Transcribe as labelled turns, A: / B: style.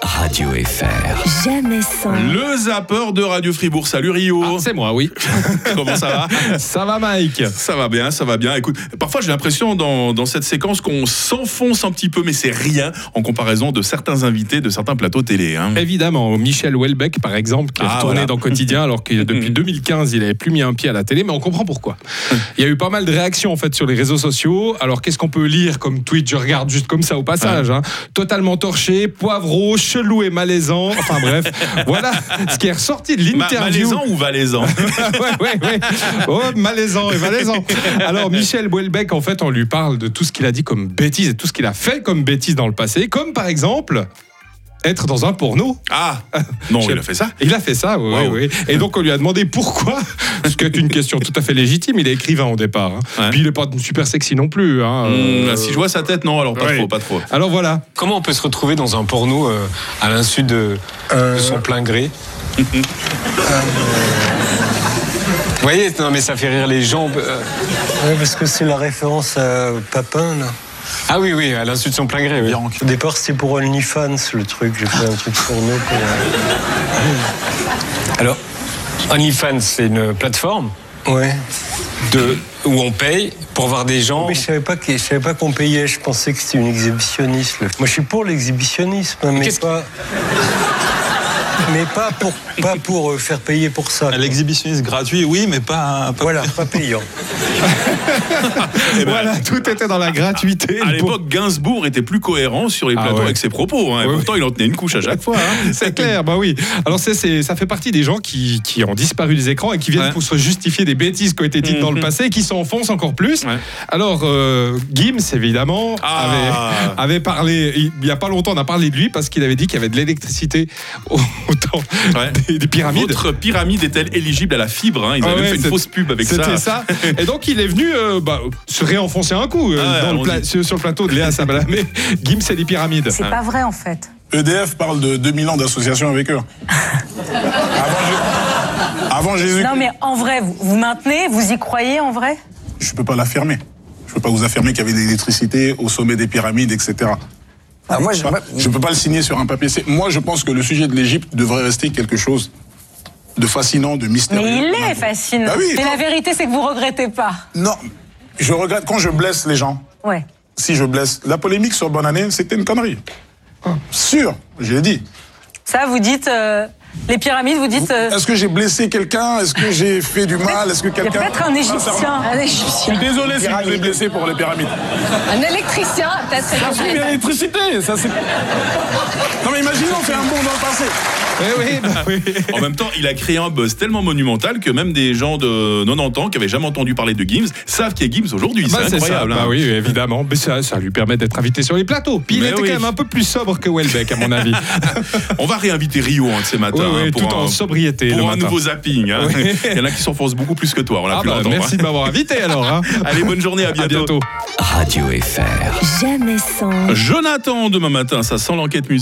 A: Radio FR.
B: Jamais sans.
C: Le zapper de Radio Fribourg. Salut Rio.
D: Ah, c'est moi, oui.
C: Comment ça va
D: Ça va, Mike
C: Ça va bien, ça va bien. Écoute, parfois j'ai l'impression dans, dans cette séquence qu'on s'enfonce un petit peu, mais c'est rien en comparaison de certains invités de certains plateaux télé. hein.
D: Évidemment, Michel Houellebecq, par exemple, qui est
C: Ah,
D: retourné
C: voilà.
D: dans Quotidien, alors que depuis 2015, il n'avait plus mis un pied à la télé, mais on comprend pourquoi. Il y a eu pas mal de réactions, en fait, sur les réseaux sociaux. Alors, qu'est-ce qu'on peut lire comme tweet Je regarde juste comme ça au passage. hein. Totalement torché, poivreau, chelou et malaisant. Enfin, bref, voilà ce qui est ressorti de
C: Ma-
D: l'interview.
C: malaisant ou valaisant
D: ouais, ouais, ouais. Oh, malaisant et malaisant. Alors, Michel Houellebecq, en fait, on lui parle de tout ce qu'il a dit comme bêtise et tout ce qu'il a fait comme bêtise dans le passé, comme par exemple être dans un porno.
C: Ah Non, il a fait ça
D: Il a fait ça, oui,
C: Wow.
D: oui. Et donc, on lui a demandé pourquoi, ce qui est une question tout à fait légitime. Il est écrivain au départ. hein.
C: Ouais.
D: Puis, il n'est pas super sexy non plus. hein.
C: Hum,
D: Euh, Eh
C: Si je vois sa tête, non, alors pas
D: Ouais.
C: trop, pas trop.
D: Alors voilà,
E: Comment on peut se retrouver dans un porno euh, à l'insu de, de son plein gré Vous voyez, non mais ça fait rire les gens. euh.
F: Ouais, parce que c'est la référence à Papin, là.
E: Ah oui, oui, à l'insu de son plein gré. oui.
F: Au départ, c'était pour OnlyFans, le truc. J'ai fait un truc porno pour... euh,
E: Alors, OnlyFans, c'est une plateforme
F: euh, Ouais.
E: de, où on paye pour voir des gens.
F: Mais je savais pas que- je savais pas qu'on payait. Je pensais que c'était une exhibitionniste. le- Moi, je suis pour l'exhibitionnisme, hein, mais
E: qu'est-ce
F: pas... Mais pas pour, pas pour euh, faire payer pour ça.
G: À L'exhibitionniste gratuit, oui, mais pas. pas-
F: Voilà, pas payant.
C: Eh ben,
D: voilà, tout était dans la gratuité.
C: À l'époque, Gainsbourg était plus cohérent sur les
D: Ah
C: plateaux
D: ouais.
C: avec ses propos. hein. Et
D: Ouais,
C: pourtant, il en tenait une couche à chaque fois. hein.
D: C'est clair, bah oui. Alors c'est- c'est- ça fait partie des gens qui, qui ont disparu des écrans et qui viennent
C: Ouais. Mhm.
D: pour se justifier des bêtises qui ont été dites dans le passé et qui s'enfoncent encore plus.
C: Ouais.
D: Alors euh, Gims, évidemment,
C: Ah.
D: avait, avait parlé, il n'y a pas longtemps, on a parlé de lui parce qu'il avait dit qu'il y avait de l'électricité au, au temps
C: Ouais.
D: des, des pyramides.
C: Votre pyramide est-elle éligible à la fibre hein Ils
D: Ah
C: avaient
D: ouais,
C: fait une
D: c'est-
C: fausse pub avec
D: C'était ça. Et donc il est venu euh, bah, se réenfoncer un coup euh,
C: Ah ouais,
D: dans le pla-
C: allons-y.
D: sur, sur le plateau de Léa Sabalamé. Gims et les pyramides.
B: C'est pas vrai en fait.
H: EDF parle de 2000 ans d'association avec eux. Avant, Jé- avant Jésus,
B: Non mais en vrai, vous, vous maintenez, vous y croyez en vrai
H: je peux pas l'affirmer. Je peux pas vous affirmer qu'il y avait de l'électricité au sommet des pyramides, etc.
I: moi,
H: Je peux pas- je peux pas le signer sur un papier. C'est- Moi, je pense que le sujet de l'Égypte devrait rester quelque chose de fascinant, de mystérieux.
B: Mais il est fascinant.
H: Bah oui,
B: mais
H: non.
B: la vérité c'est que vous regrettez pas.
H: Non, je regrette quand je blesse les gens.
B: Ouais.
H: Si je blesse, la polémique sur Bonne Année, c'était une connerie. Sûr, je l'ai dit.
B: Ça vous dites euh, les pyramides, vous dites euh,
H: Est-ce que j'ai blessé quelqu'un Est-ce que j'ai fait du mal Est-ce que
B: il y a
H: quelqu'un Ah,
B: peut-être un égyptien. Un
H: Je
B: égyptien.
H: suis désolé si vous êtes blessé pour les pyramides.
J: Un électricien, peut-être.
D: Ah.
H: J'ai l'électricité, ça c'est. Non mais imaginons, on fait un bond dans le passé.
D: Eh oui, bah oui.
C: En même temps, il a créé un buzz tellement monumental que même des gens de 90 ans qui avaient jamais entendu parler de Gims savent qui est Gims aujourd'hui.
D: Bah,
C: c'est incroyable.
D: Ça.
C: hein.
D: Bah oui, évidemment. Mais ça, ça lui permet d'être invité sur les plateaux. Puis il
C: Mais
D: était
C: oui.
D: quand même un peu plus sobre que Welbeck, à mon avis.
C: On va réinviter Rio un de ces matins
D: Ouais, ouais,
C: hein, pour,
D: tout en
C: un,
D: sobriété
C: pour
D: le
C: un
D: matin.
C: nouveau zapping. hein.
D: Ouais.
C: Il y en a qui s'enfoncent beaucoup plus que toi. On l'a
D: Ah
C: pu
D: bah,
C: l'entendre,
D: merci
C: hein.
D: de m'avoir invité alors. hein.
C: Allez, bonne journée,
D: À bientôt.
A: Radio FR.
B: Jamais sans.
C: Jonathan, demain matin, ça sent l'enquête musique.